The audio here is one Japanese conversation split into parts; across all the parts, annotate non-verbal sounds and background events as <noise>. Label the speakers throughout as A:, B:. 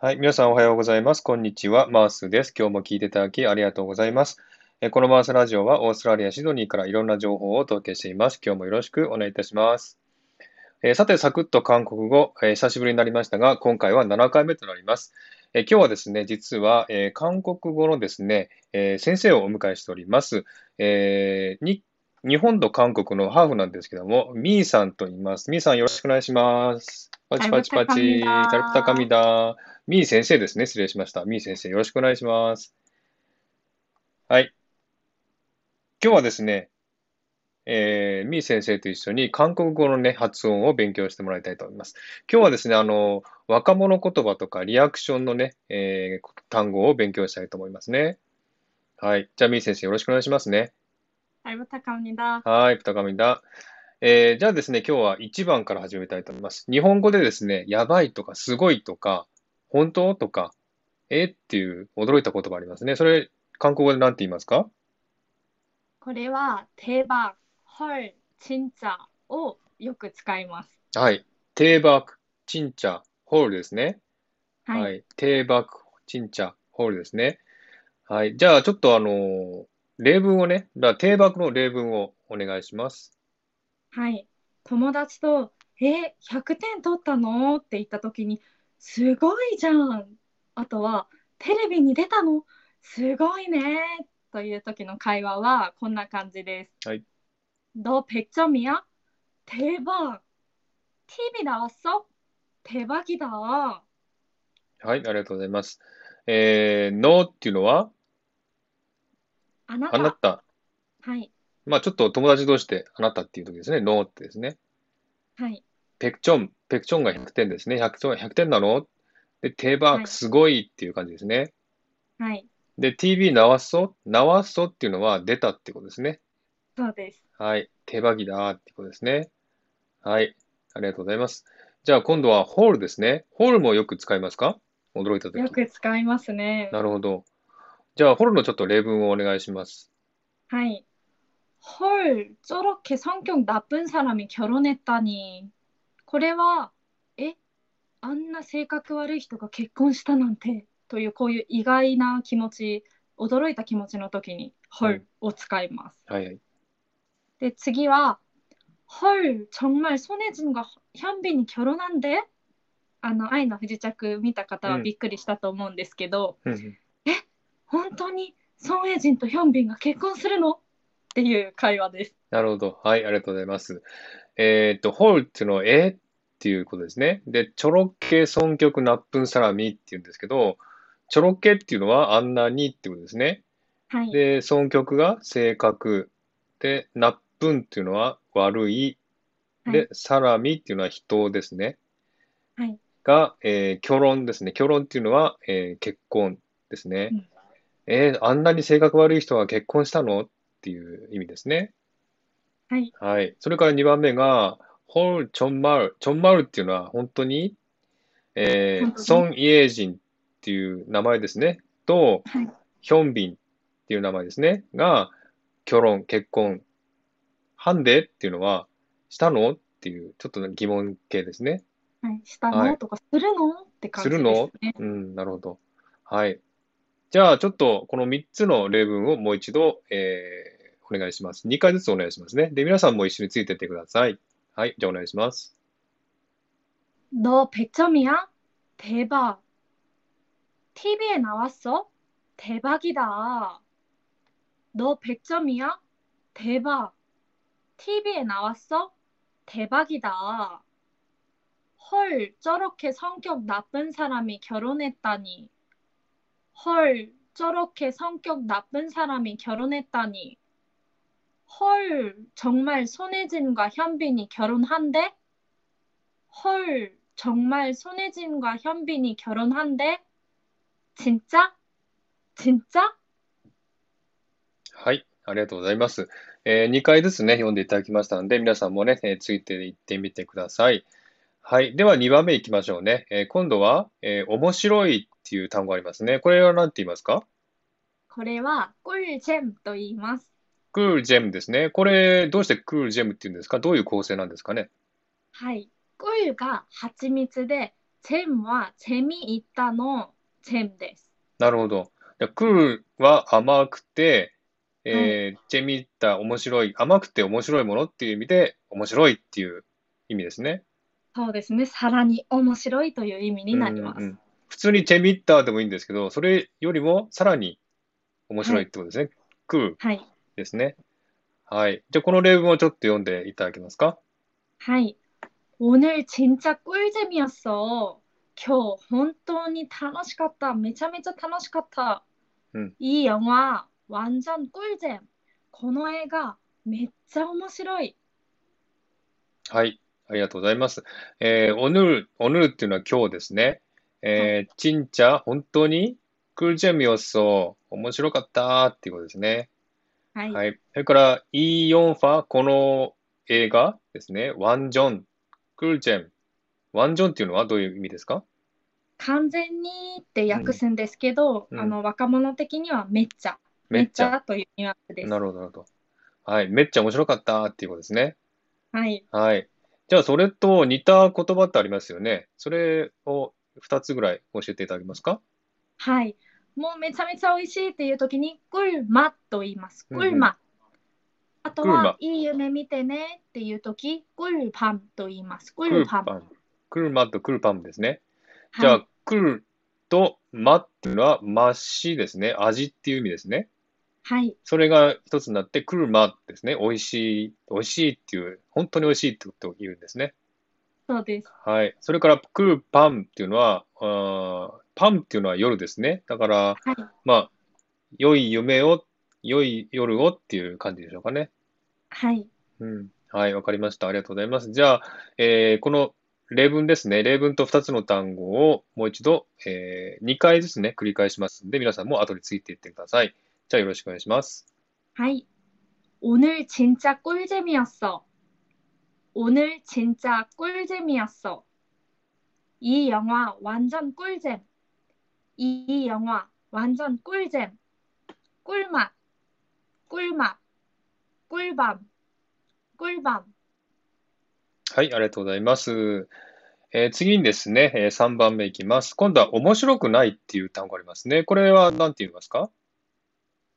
A: はい。皆さんおはようございます。こんにちは。マースです。今日も聞いていただきありがとうございます。えーこのマースラジオはオーストラリア・シドニーからいろんな情報をお届けしています。今日もよろしくお願いいたします。えーさて、サクッと韓国語、えー久しぶりになりましたが、今回は7回目となります。えー今日はですね、実は、えー韓国語のですね、えー先生をお迎えしております。えーに、日本と韓国のハーフなんですけども、ミーさんと言います。ミーさんよろしくお願いします。パチパチパチ、
B: 잘
A: タルプタカミ
B: 부탁합니다.
A: ダ。ミー先生ですね。失礼しました。ミー先生よろしくお願いします。はい。今日はですね、えー、みー先生と一緒に韓国語のね、発音を勉強してもらいたいと思います。今日はですね、あの、若者言葉とかリアクションのね、えー単語を勉強したいと思いますね。はい。じゃあ、みー先生よろしくお願いしますね。
B: 잘 부탁합니다.
A: はい、プタカミだ。えー、じゃあですね、今日は1番から始めたいと思います。日本語でですね、やばいとか、すごいとか、本当とか、えっていう驚いた言葉ありますね。それ、韓国語で何て言いますか
B: これは 대박, 헐, 진짜 をよく使います。
A: はい。テーバク、チンチャ、ホールですね。
B: は。
A: はいい。テーバク、チンチャ、ホールですね。はい。じゃあ、ちょっとあのー例文をね、だからテーバクの例文をお願いします。
B: はい。友達と、え、100点取ったのって言った時に、すごいじゃん。あとは、テレビに出たの、すごいね。という時の会話はこんな感じです。
A: はい。
B: 너100점이야 대박. TV 나왔어? 대박이다.
A: はい、ありがとうございます。えー、のっていうのは、
B: あな
A: あな
B: た。
A: た。
B: はい。
A: まあ、ちょっと友達同士であなたっていう時ですね。のってですね。
B: はい。
A: ペクチョン、ペクチョンが100点ですね。100点、100点なので、テーバ
B: は
A: ク、
B: い。
A: すごいっていう感じですね。
B: はい。
A: で、TV なわそ、なわそっていうのは出たってことですね。
B: そうです。
A: はい。手羽木だーってことですね。はい。ありがとうございます。じゃあ今度はホールですね。ホールもよく使いますか驚いたと
B: よ
A: き。
B: く使いますね。
A: なるほど。じゃあホールのちょっと例文をお願いします。
B: 하이. 헐, 저렇게 성격 나쁜 사람이 결혼했다니. これは, 에? あんな性格悪い人が結婚したなんてというこういう意外な気持ち、驚いた気持ちの時
A: う
B: に
A: ん
B: 헐 を使います。
A: はいはい。
B: 근데 次は 헐, 정말 손혜진과 현빈이 결혼한대?
A: うん。
B: あの愛の不時着見た方はびっくりしたと思うんですけど、
A: うんうん
B: え、本当にソン・エイジンとヒョンビンが結婚するのっていう会話です。
A: なるほど。はい。ありがとうございます。えーっと、ホールっていうのは、えっていうことですね。で、ちょろけ、尊曲、なっぷん、さらみっていうんですけど、ちょろけっていうのはあんなにってことですね。
B: はい。
A: で、尊曲が性格。で、なっぷんっていうのは悪い。
B: は
A: で、
B: い。
A: サラミっていうのは人ですね。
B: はい。
A: が、えー、결혼ですね。결혼っていうのは、えー結婚です
B: う
A: ね。
B: ん。
A: えーあんなに性格悪い人が結婚したのっていう意味ですね。
B: はい。
A: はい。それから2番目が、ホル、チョンマル。チョンマルっていうのは本当に、え
B: 本
A: ー、
B: 当
A: ソ
B: に。
A: ン・イェジンっていう名前ですね。と、
B: はい。
A: ヒョンビンっていう名前ですね。が、결혼、結婚。ハンデっていうのは、したのっていう、ちょっと疑問形ですね。
B: はい。した
A: は
B: の
A: い。
B: とかするのって
A: す
B: 感
A: る
B: じです
A: の
B: ね。
A: うん、なるほど。はい。じゃあ、ちょっとこの3つの例文をもう一度、えー、お願いします。2回ずつお願いしますね。で、皆さんも一緒についてってください。はい、じゃあお願いします。
B: 너 100점이야? 대박. TV에 나왔어? 대박이다. 너 100점이야? 대박. TV에 나왔어? 대박이다. 헐, 저렇게 성격 나쁜 사람이 결혼했다니. 헐, 저렇게 성격 나쁜 사람이 결혼했다니. 헐, 정말 손혜진과 현빈이 결혼한대? 헐, 정말 손혜진과 현빈이 결혼한대? 진짜? 진짜?
A: はい、ありがとうございます。えー、2回ずつね、読んでいただきましたので、皆さんもね、えーついていってみてください。はい、では2番目いきましょうね。えー、今度は、えー、面白いっていう単語ありますね。これは何て言いますか
B: これは 꿀잼と言います。
A: クールジェムですね。これ、どうしてクールジェムっていうんですかどういう構成なんですかね
B: はい。꿀が蜂蜜で チェンは재미있다のチェンです。
A: なるほど。じゃあ、クーは甘くて、えー、チェミッタ面白い、甘くて面白いものっていう意味で、面白いっていう意味ですね。
B: そうですね。さらに面白いという意味になります。
A: うんうんうん普通にチェミッタでもいいんですけど、それよりもさらに面白いってことですね。クー
B: はい。
A: ですね。はい。じゃあ、この例文をちょっと読んでいただけますか。
B: はい。오늘진짜꿀잼이었어。今日本当に楽しかった。めちゃめちゃ楽しかった。
A: うん
B: いい영화완전꿀잼。この映画めっちゃ面白い。
A: はい、ありがとうございます。えー、おぬる、おぬるっていうのは今日ですね。えー、ちんちゃ、本当にクールジェミオそう、面白かったっていうことですね。
B: はい。
A: はい。それから、イ・ヨンファ、この映画ですね。ワンジョン、クールジェム。ワンジョンっていうのはどういう意味ですか
B: 完全にって訳すんですけど、
A: うん
B: あの若者的にはめっちゃ、
A: め
B: め
A: っ
B: っ
A: ち
B: ち
A: ゃ。
B: ゃというニュアンスです
A: な。るほど、なるほど。はい。めっちゃ面白かったっていうことですね。
B: はい。
A: はい。じゃあ、それと似た言葉ってありますよね。それを2つぐらい教えていただけますか
B: はい。もうめちゃめちゃ美味しいっていう時に、グルマと言います。
A: うんうん
B: グルマ。あと
A: グルマ
B: は、いい夢見てねっていう時、グルパンと言います。グ
A: クル
B: ルパン。
A: パン。クルマとクルパンですね。
B: は
A: じ
B: い
A: ゃあ、クルとマっていうのは、マシですね。味っていう意味ですね。
B: はい。
A: それが一つになって、クルマですね。美味しい、美味しいっていう、本当に美味しいってことを言うんですね。
B: そうです。
A: はい。それから、クルパンっていうのは、あーパンっていうのは夜ですね。だから、
B: はい。
A: まあ、良い夢を、良い夜をっていう感じでしょうかね。
B: はい。
A: うん。はい、わかりました。ありがとうございます。じゃあ、えーこの例文ですね。例文と2つの単語をもう一度、え2回ずつね、繰り返しますので、皆さんも後についていってください。じゃあ、よろしくお願いします。
B: 하이. 오늘 진짜 꿀잼이었어. 오늘 진짜 꿀잼이었어. 이 영화 완전 꿀잼. 이, 이 영화 완전 꿀잼. 꿀맛. 꿀맛. 꿀밤. 꿀밤.
A: はい、ありがとうございます。えー次にですね、え3番目いきます。今度は面白くないっていう単語がありますね。これは何て言いますか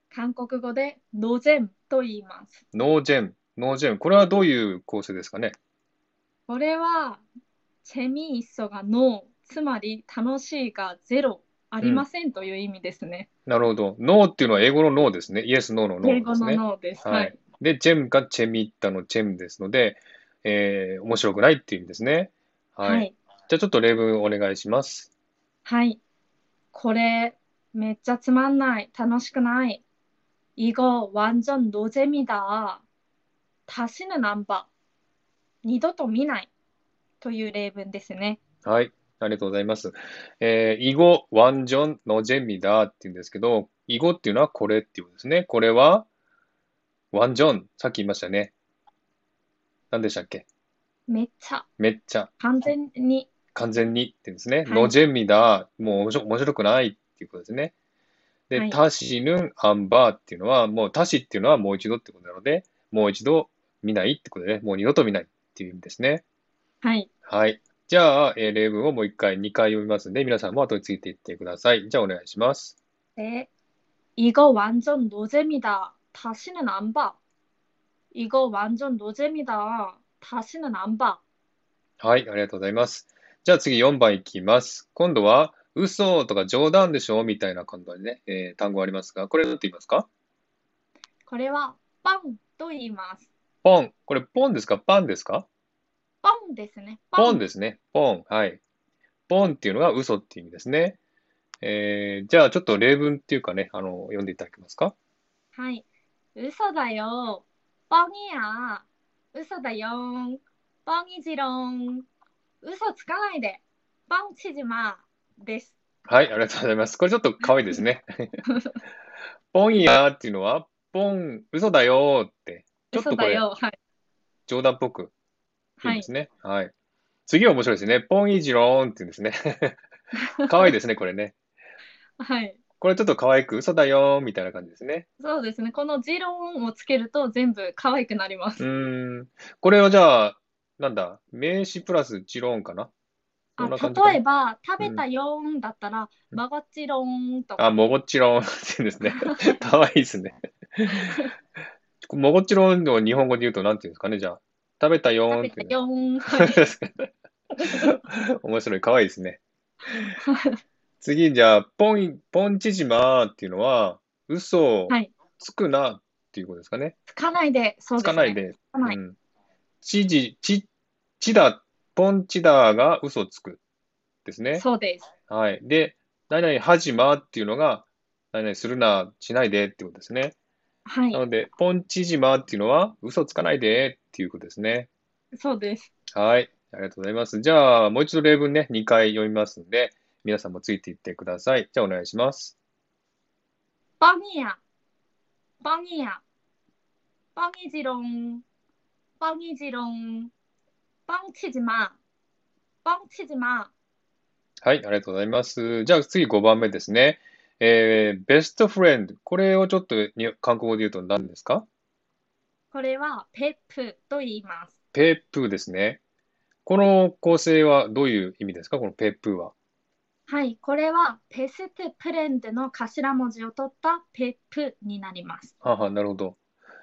B: 한국어 대 노잼 또言います.
A: ?No gem, no gem。これはどういう構成ですかね
B: これは 재미있어가 no つまり楽しいが0ありませんという意味ですね.
A: なるほど。No っていうのは英語の No ですね。Yes, No の No
B: 英
A: で
B: 語
A: す
B: の
A: ね。
B: 脳です。
A: はい
B: はい。
A: で、チェムがチェミッタのチェムですので、えー面白くないっていう意味ですね。はい。
B: はい。
A: じゃあちょっと例文お願いします。
B: はい。これ、めっちゃつまんない。楽しくない。이거완전노잼이다。다시는안 봐。二度と見ない。という例文ですね。
A: はい。ありがとうございます。えー、イゴ、ワンジョン、のジェミダーって言うんですけど、イゴっていうのはこれっていうことですね。これは、ワンジョン。さっき言いましたね。何でしたっけ
B: めっちゃ、
A: めっちゃ、
B: 完全に。
A: 完全にって言うんですね。
B: い
A: のジェミダー。もう面白面白くないっていうことですね。
B: は
A: で、
B: い
A: タシヌン、アンバーっていうのは、もうタシっていうのはもう一度ってことなので、もう一度見ないってことで、もう二度と見ないっていう意味ですね。
B: はい。
A: はい。じゃあ、えー例文をもう一回、二回読みますので、皆さんも後についていってください。じゃあ、お願いします。
B: 네이거완전노잼이다다시는안봐이거완전노잼이다다시는안봐
A: はい、ありがとうございます。じゃあ次4番いきます。今度は、嘘とか冗談でしょみたいな感じでね、えー単語ありますが、これ何て言いますか
B: これは、パンと言います。
A: ポン。これ、ポンですかパンですか
B: パンですね。
A: ポンですね。ポン。はい。ポンっていうのは嘘っていう意味ですね。えーじゃあちょっと例文っていうかね、あの、読んでいただけますか
B: はい。嘘だよ。뻥이야。嘘だよ。뻥이지롱。嘘つかないで。뻥치지ま。です。
A: はい、ありがとうございます。これちょっと可愛いですね。ポンやーっていうのは、ポン、嘘だよーって、ちょっ
B: 嘘
A: とこ
B: だ
A: れ
B: よ。はい。
A: 冗談っぽく言
B: は
A: うん
B: い
A: で。すね。はい。次は面白いですね。ポンイジローンって言うんですね。
B: <laughs>
A: 可愛いですね、これね。
B: はい。
A: これちょっと可愛く、嘘だよーみたいな感じですね。
B: そうですね。このジロンをつけると全部可愛くなりま
A: う
B: す。
A: ーん。これはじゃあ、なんだ、名詞プラスジローンかなど
B: あ
A: んな感じかな
B: 例えば「食べたよーん」だったら「
A: うん
B: まがちろーん」とか
A: あ、もごっちろんってです
B: <laughs>
A: ね。かわいいですね。もごっちろんを日本語で言うとなんていうんですかね、じゃあ。食べたよー
B: 食
A: ん
B: べ
A: ってて
B: た。よーんはい
A: はい <laughs> 面白い、かわいいですね。次、じゃあ、ポン、ポンチジマーっていうのは、嘘を
B: はい
A: つくなっていうことですかね。
B: つかないでそう
A: つ
B: です
A: かな
B: ね
A: いで。
B: つかない
A: うん。チジ、チ、チダ、ポンチダが嘘をつく。ですね。
B: そうです
A: はい。で、何々始まっていうのが、何々するな、しないでってことですね。
B: は
A: ないので、ポンチ島っていうのは、嘘つかないでっていうことですね。
B: そうです
A: はい。ありがとうございます。じゃあ、もう一度例文ね、2回読みますんで、皆さんもついていってください。じゃあ、お願いします。
B: 빵이야빵이야빵이지롱빵이지롱빵치지마빵치지마
A: はい、ありがとうございます。じゃあ、次5番目ですね。えー、ベストフレンド。これをちょっとに韓国語で言うと何ですか
B: これはペップと言います
A: ペップーですね。この構成はどういう意味ですかこのペップーは。
B: はい、これはペステプレンデの頭文字を取ったペップになります。
A: はあはあ、なるほど。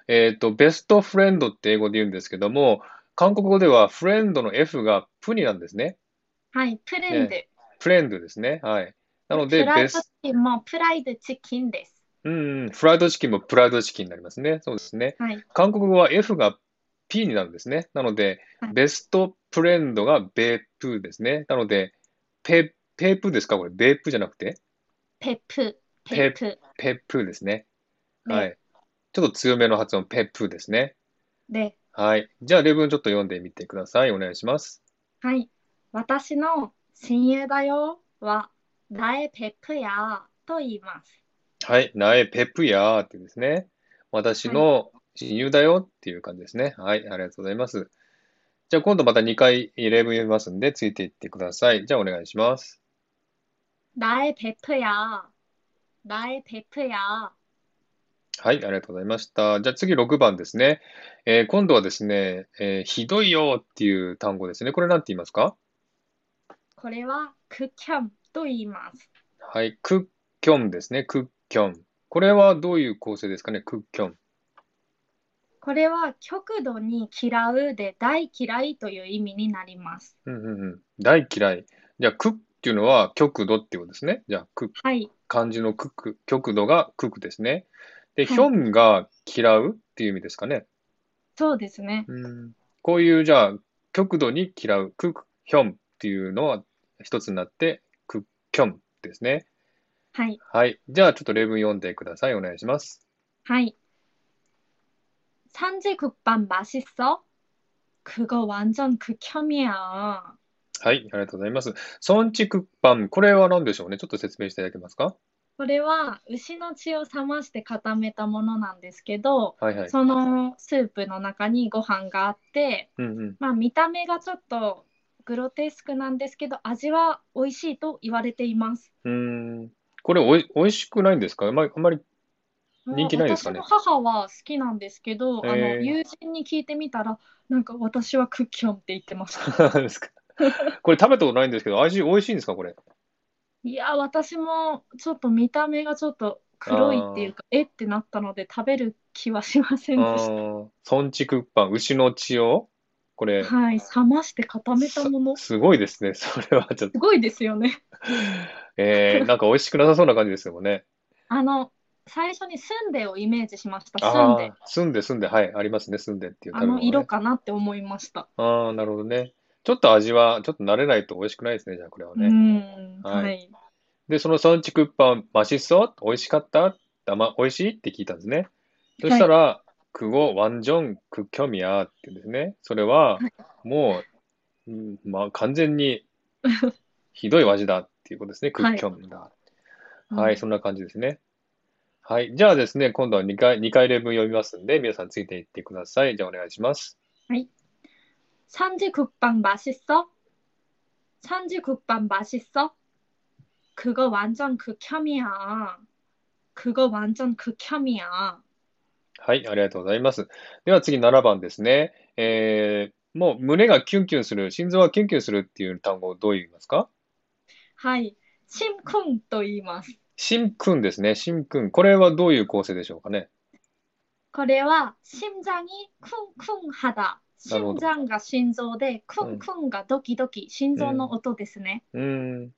A: えっと、ベストフレンドって英語で言うんですけども、韓国語ではフレンドの F がプになんですね。
B: はい、プレンデ。
A: フレンドですね。はい。なので、
B: プラ
A: ベ
B: イドチ
A: ス、
B: キンもプライドチキンです。
A: うんうん、フライドチキンもプライドチキンになりますね。そうですね。
B: はい、
A: 韓国語は F が P になるんですね。なので
B: は、い
A: ベストフレンドがベープーですね。なので、ペ、ペープーですかこれ、ベープーじゃなくて、
B: ペップ、ペップ、
A: ペップーですね。
B: で、
A: はい。ちょっと強めの発音、ペップーですね。
B: で、
A: はい。じゃあ、例文ちょっと読んでみてください。お願いします。
B: はい、私の親友だよは、ナエペップやと言います。
A: はい。나의ペプやーってですね。私の親友だよっていう感じですね。はい。ありがとうございます。じゃあ今度また2回例文読みますんで、ついていってください。じゃあお願いします。
B: ナエペップや、ナエペップや、
A: はい。ありがとうございました。じゃあ次6番ですね。えー今度はですね、えーひどいよっていう単語ですね。これなんて言いますか
B: これはクキャンと言います。
A: はい。クッキョンですね。クッキョン。これはどういう構成ですかねクッキョン。
B: これは極度に嫌うで大嫌いという意味になります。
A: うんうんうん。大嫌い。じゃあ、クッっていうのは極度っていうことですね。じゃあ、クッ
B: はい、
A: 漢字のクク、極度がククですね。で、
B: はい
A: ヒョンが嫌うっていう意味ですかね。
B: そうですね。
A: うん、こういう、じゃあ、極度に嫌う、クク、ヒョンっていうのは一つになって、クッキョンですね。
B: はい、
A: はい。じゃあ、ちょっと例文読んでください。お願いします。
B: はい。산지국밥 맛있어? 그거 완전 극혐이야.
A: はい。ありがとうございます。ソンチクッパン。これは何でしょうね。ちょっと説明していただけますか
B: これは牛の血を冷まして固めたものなんですけど、
A: はいはい。
B: そのスープの中にご飯があって、
A: うんうん。
B: まあ、見た目がちょっとグロテスクなんですけど、味は美味しいと言われています。
A: うーん。これおい、おいしくないんですかあんまり、あんまり、 <laughs> 人気ないですかね
B: もう私の母は好きなんですけど、あ
A: へ
B: の
A: ー
B: 友人に聞いてみたら、なんか私はクッキョンって言ってました。 <laughs>
A: なんですか。これ食べたことないんですけど、味美味しいんですかこれ。
B: いや、私もちょっと見た目がちょっと黒いっていうか、えってなったので食べる気はしませんでし
A: ああ、損チクッパン、牛の血を、これ
B: た。、はい、冷まして固めたもの。す
A: すごいですね。 <laughs> それはちょっと、
B: ごいですよね。
A: えー、なんか美味しくなさそうな感じですけどもね。
B: あの、最初にスンデをイメージしました。スン
A: あ
B: デ。
A: あ、住んで、住んで、はい、ありますね、住んでっていう
B: あ
A: 食べ
B: の
A: 物
B: 色
A: ね。
B: かなって思いました。
A: ああ、なるほどね。ちょっと味は、ちょっと慣れないと美味しくないですね、じゃあこれは
B: う
A: ね。
B: ん、
A: はい
B: はい。
A: で、そのソンチクッパン、マシソ美味しかったあま、美味しいって聞いたんですね。そしたら、クゴ、ワンジョン、クキョミアって言うんですね。それは
B: は、
A: もう、うんまあ、完全に、ひどい味だっていうことですね。ク
B: はい
A: ッキョミだ。
B: うん
A: はい、そんな感じですね。はい。じゃあですね、今度は2回、2回例文読みますんで、皆さんついていってください。じゃあお願いします。
B: 산지국밥 맛있어? 산지국밥 맛있어? 그거 완전 극혐이야. 그거 완전 극혐이야.
A: はい、ありがとうございます。では次7番ですね。えー、もう胸がキュンキュンする、心臓がキュンキュンするっていう単語をどう言いますか
B: はい、シンクンと言います。
A: しんくんですね。しんくん。これはどういう構成でしょうかね。
B: これは心臓にクンクン肌。
A: なるほ
B: 心
A: ど
B: 臓が心臓で、クンクンがドキドキ、心臓の音ですね。
A: うーん。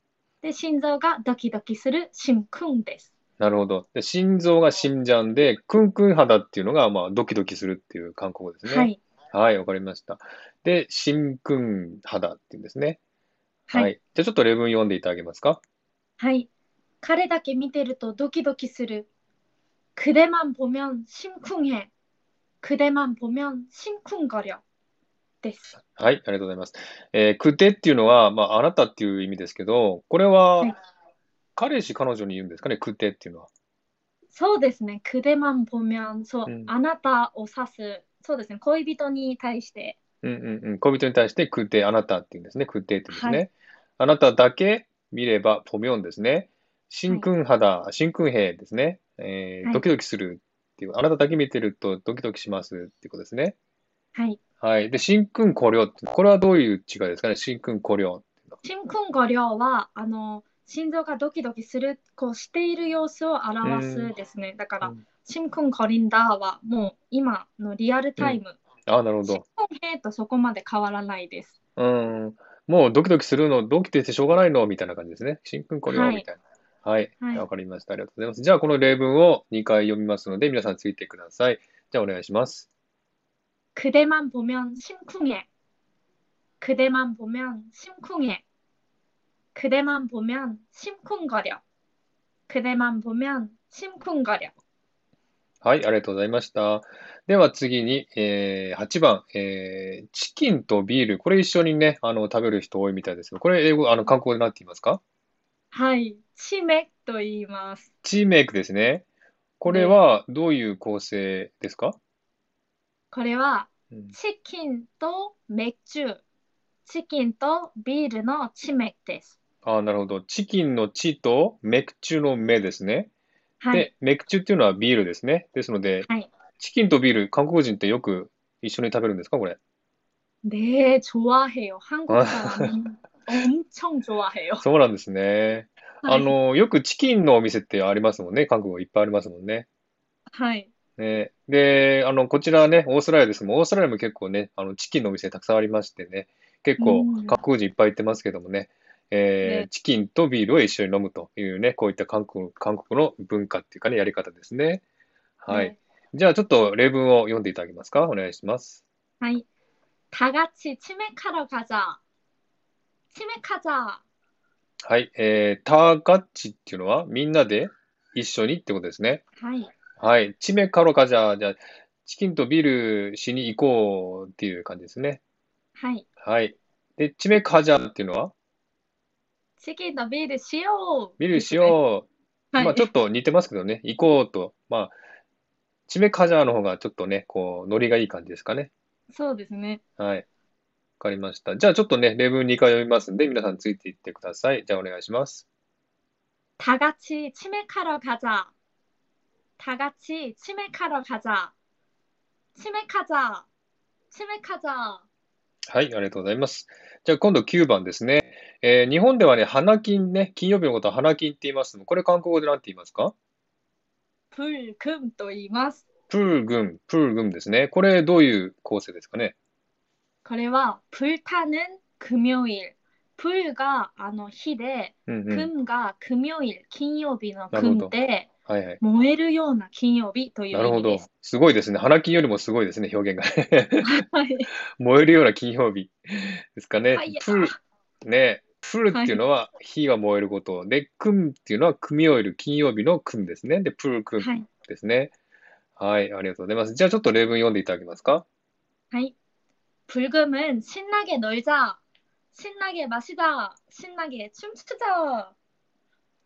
B: で、心臓がドキドキするシンクンです。
A: なるほど。で、心臓がしんじゃんで、くんくん肌っていうのが、まあ、ドキドキするっていう韓国語ですね。
B: は。い、
A: はい、わかりました。で、しんくん肌っていうんですね。
B: はい、はい。。
A: じゃあちょっと例文読んでいただけますか。
B: 彼だけ見てるとドキドキする。그대만보면심쿵해그대만보면심쿵거려です。
A: はい、ありがとうございます。えー、くてっていうのは、まあ、あなたっていう意味ですけど、これは
B: はい、
A: 彼氏、彼女に言うんですかね、くてっていうのは。
B: そうですね。그대만보면そう、
A: うん
B: あなたを指す。そうですね。恋人に対して。
A: うんうんうん。恋人に対して、くて、あなたっていうんですね。くてって言うんです
B: は
A: ね。あなただけ見れば、ぽみょんですね。しんくん肌、しんくんへいですね。えー
B: はい
A: ドキドキするっていう、あなただけ見てるとドキドキしますっていうことですね。
B: はい。
A: はい。で、しんくんこりょうって、これはどういう違いですかね、しんくんこりょう。
B: 심쿵거려はあの心臓がドキドキするこうしている様子を表すですね。だから
A: うん
B: 심쿵거린다はもう今のリアルタイム。
A: あ、なるほ
B: 심쿵
A: ど。
B: へとそこまで変わらないです。
A: うん。もうドキドキするの、ドキドキしてしょうがないの、みたいな感じですね。しんくんこりょう、
B: はい
A: みたいな。はい。
B: はい
A: わかりました。ありがとうございます。じゃあ、この例文を2回読みますので、皆さんついてください。じゃあ、お願いします。
B: 그대만 보면 심쿵해. 그대만 보면 심쿵해. 그대만 보면 심쿵거려. 그대만 보면 심쿵거려.
A: はい、ありがとうございました。では次に、えー8番、えーチキンとビール。これ一緒にね、あの、食べる人多いみたいですけど、これ英語、あの、韓国語で何て言いますか
B: 하이, 치맥 도言います.
A: チーメイクですね。これはどういう構成ですか
B: これは
A: うん
B: 치킨 또 맥주, 치킨 또 비르 의 치맥 です.
A: あーなるほど。チキンのチとメクチュの目ですね。
B: 하이,
A: で、メクチュっていうのはビールですね。ですので、
B: 하이.
A: チキンとビール、韓国人ってよく一緒に食べるんですかこれ。
B: 네, 좋아해요. 한국
A: <laughs>
B: 사람 엄청 좋아해요.
A: そうなんですね。あ
B: 하이,
A: の、よくチキンのお店ってありますもんね。韓国いっぱいありますもんね。
B: 하이.
A: ね、で、あの、こちらね、オーストラリアですもん、オーストラリアも結構ね、あの、チキンのお店たくさんありましてね、結構
B: うん
A: 韓国人いっぱい行ってますけどもね、えー
B: ね
A: チキンとビールを一緒に飲むというね、こういった韓国、韓国の文化っていうかね、やり方ですね。はい。
B: 네.
A: じゃあちょっと例文を読んでいただけますかお願いします。
B: 아이, 다 같이 치맥하러 가자. 치맥하자.
A: はい。えー、タガッチっていうのはみんなで一緒にってことですね。
B: 아이,
A: はい。チメカロカじゃあ、じゃあ、チキンとビールしに行こうっていう感じですね。
B: 아이,
A: はい。で、チメカジャっていうのは
B: 치킨 더 비를 시오.
A: 見るしよう。
B: 아이,
A: まあちょっと似てますけどね。行こうと。まあ、チメカジャーの方がちょっとね、こう、ノリがいい感じですかね。
B: そうですね.
A: はい。わかりました。じゃあちょっとね、例文2回読みますんで、皆さんついていってください。じゃあお願いします。
B: 다 같이 치맥하러 가자. 다 같이 치맥하러 가자. 치맥하자. 치맥하자.
A: はい、ありがとうございます。じゃあ今度9番ですね。えー日本ではね、花金ね、金曜日のことは花金って言いますの。これ韓国語で何て言いますか
B: 불금 또 이마스.
A: プーグン、プーグンですね。これどういう構成ですかね
B: 그래와 불타는 금요일. 불가 아노 히데
A: うんうん。
B: 금가 금요일 긴요비노
A: なるほど。
B: 금때
A: はいはい。
B: 燃えるような金曜日とい
A: なる
B: う意
A: ほ
B: 味
A: ど
B: <laughs> です。。
A: すごいですね。花金よりもすごいですね、表現が <laughs> ね。
B: はい、
A: 燃えるような金曜日ですかね
B: ファイ。ヤー
A: プール、ね、プールっていうのは火が燃えること。で、クンっていうのは組をいる金曜日のクンですね。で、プールクン
B: はい、
A: ですね。はい、ありがとうございます。じゃあちょっと例文読んでいただけますか
B: はい。불금은신나게놀자신나게마시다신나게춤추자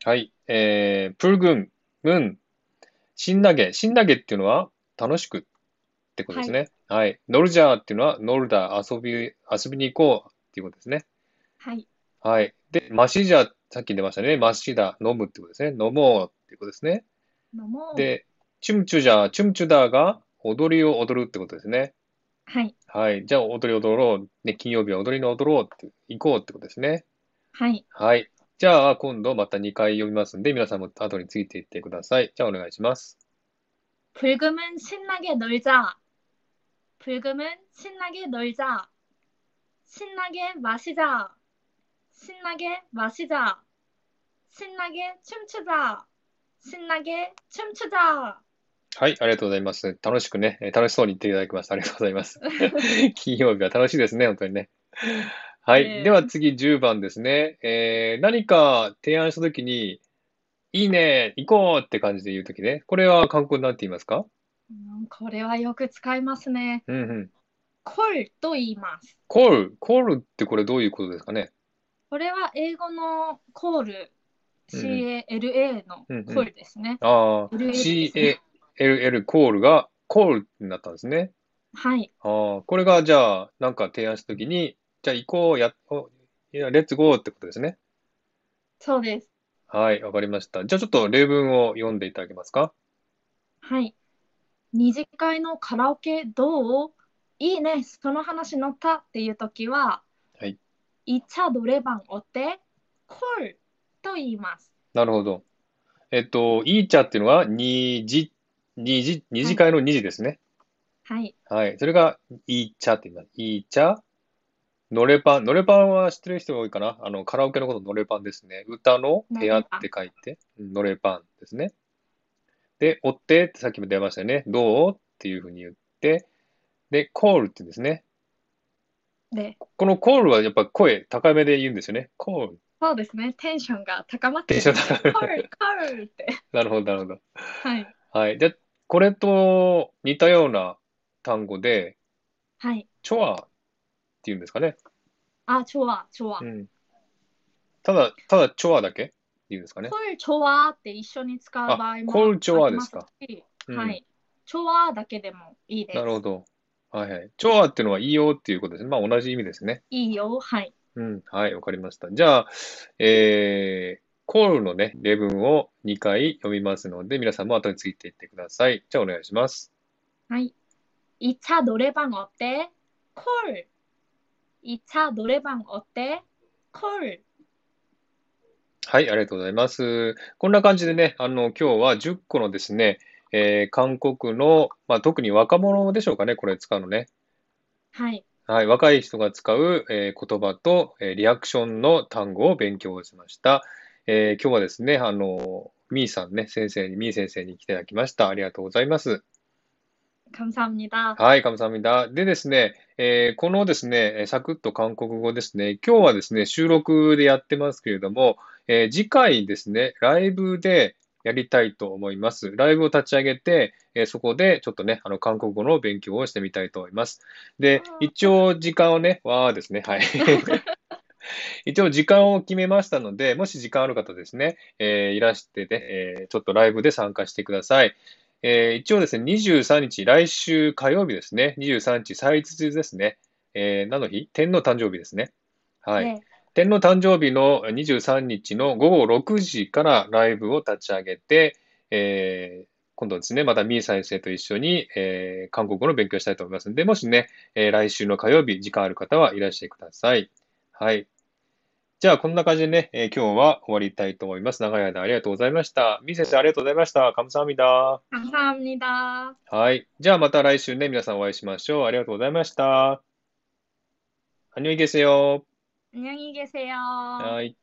A: はい、えー、プールグン、ムン、しんなげ、しんなげっていうのは楽しくってことですね。はい、乗るじゃーっていうのは乗るだ、遊び、遊びに行こうっていうことですね。
B: はい、
A: はい。で、マシじゃ、さっき出ましたね。マシだ、飲むってことですね。飲もうっていうことですね。
B: のも
A: 네. で、チュムチュじゃ、チュムチュだが、踊りを踊るってことですね。
B: はい
A: はい。じゃあ、踊り踊ろう。ね、金曜日は踊りの踊ろうって、行こうってことですね。
B: はい
A: はい。じゃあ、今度また2回読みますんで、皆さんも後についていってください。じゃあ、お願いします。
B: 불금은 신나게 놀자 불금은 신나게 놀자 신나게 마시자 신나게 마시자 신나게 춤추자 신나게 춤추자
A: はい、ありがとうございます。楽しくね、えー楽しそうに言っていただきました。ありがとうござい <laughs> ます。金曜日は楽しいですね、本当にね。はい、
B: ええ
A: では次10番ですね。えー何か提案したときに、いいね、行こうって感じで言うときね。これは韓国語なんて言いますか
B: うんこれはよく使いますね。
A: うんうん。
B: コルと言います。
A: コール、コールってこれどういうことですかね
B: これは英語のコール、
A: うん
B: CALA のコールですね。
A: ああ、
B: LL ですね
A: CALL コールがコールになったんですね。
B: はい。
A: ああ、これがじゃあ、なんか提案したときに、じゃあ行こう、や、おいやレッツゴーってことですね。
B: そうです。
A: はい、わかりました。じゃあちょっと例文を読んでいただけますか
B: はい。二次会のカラオケどういいね、その話乗ったっていう時は、
A: はい。
B: イチャドレバンおって、コールと言います。
A: なるほど。えっと、いーちゃっていうのは二次、二次、二次会の二次ですね。
B: はい。
A: はい。それが、いーちゃって言います。いーちゃ、のれパン。のれパンは知ってる人が多いかな。あの、カラオケのこと、のれパンですね。歌の部屋って書いて、うんのれパンですね。で、追ってってさっきも出ましたよね。どうっていうふうに言って、で、コールって言うんですね。
B: で、
A: このコールはやっぱ声高めで言うんですよね。コール。
B: そうですね。テンションが高まって
A: テン
B: る
A: ション高め
B: コール、コールって。
A: <laughs> なるほど、なるほど。
B: はい。
A: はい。で、これと似たような単語で、
B: はい。
A: チョアっていうんですかね。
B: あ、チョア、チョア。
A: うん。ただ、ただ、チョアだけっていうんですかね。
B: コルチョワーって一緒に使う場合も
A: あコルチョワですか
B: ありますし
A: うん
B: はい。チョワーだけでもいいです。
A: なるほど。はいはい。チョアっていうのはいいよっていうことですね。まあ同じ意味ですね。
B: いいよ。はい。
A: うん。はい、わかりました。じゃあ、えー、コールのね、例文を2回読みますので、皆さんも後についていってください。じゃあお願いします。
B: はい。이차노래방어때 콜. 이차노래방어때 콜.
A: はい、ありがとうございます。こんな感じでね、あの、今日は10個のですね、えー韓国の、まあ、特に若者でしょうかね、これ使うのね。
B: はい。
A: はい、若い人が使う、えー言葉と、えーリアクションの単語を勉強しました。えー今日はですね、あの、みーさんね、先生に、みー先生に来ていただきました。ありがとうございます。
B: 감사합니다。
A: はい、감사합니다。でですね、えーこのですね、えーサクッと韓国語ですね、今日はですね、収録でやってますけれども、えー次回ですね、ライブでやりたいと思います。ライブを立ち上げて、えーそこでちょっとね、あの、韓国語の勉強をしてみたいと思います。で、一応時間をね、わーですね、はい。一応時間を決めましたので、もし時間ある方ですね、えーいらしてね、えーちょっとライブで参加してください。えー一応ですね、23日、来週火曜日ですね、23日、祭日ですね、えー、何の日天皇誕生日ですね。はい。
B: ね
A: 天皇誕生日の23日の午後6時からライブを立ち上げて、えー今度ですね、またみー先生と一緒に、えー韓国語の勉強したいと思いますので、もしね、えー来週の火曜日、時間ある方はいらしてください。はい。じゃあ、こんな感じでね、えー今日は終わりたいと思います。長い間ありがとうございました。みー先生、ありがとうございました。カムサハミダ
B: 감사합니다。
A: はい。じゃあ、また来週ね、皆さんお会いしましょう。ありがとうございました。안녕히ですよ
B: 안녕히계세요。
A: はい。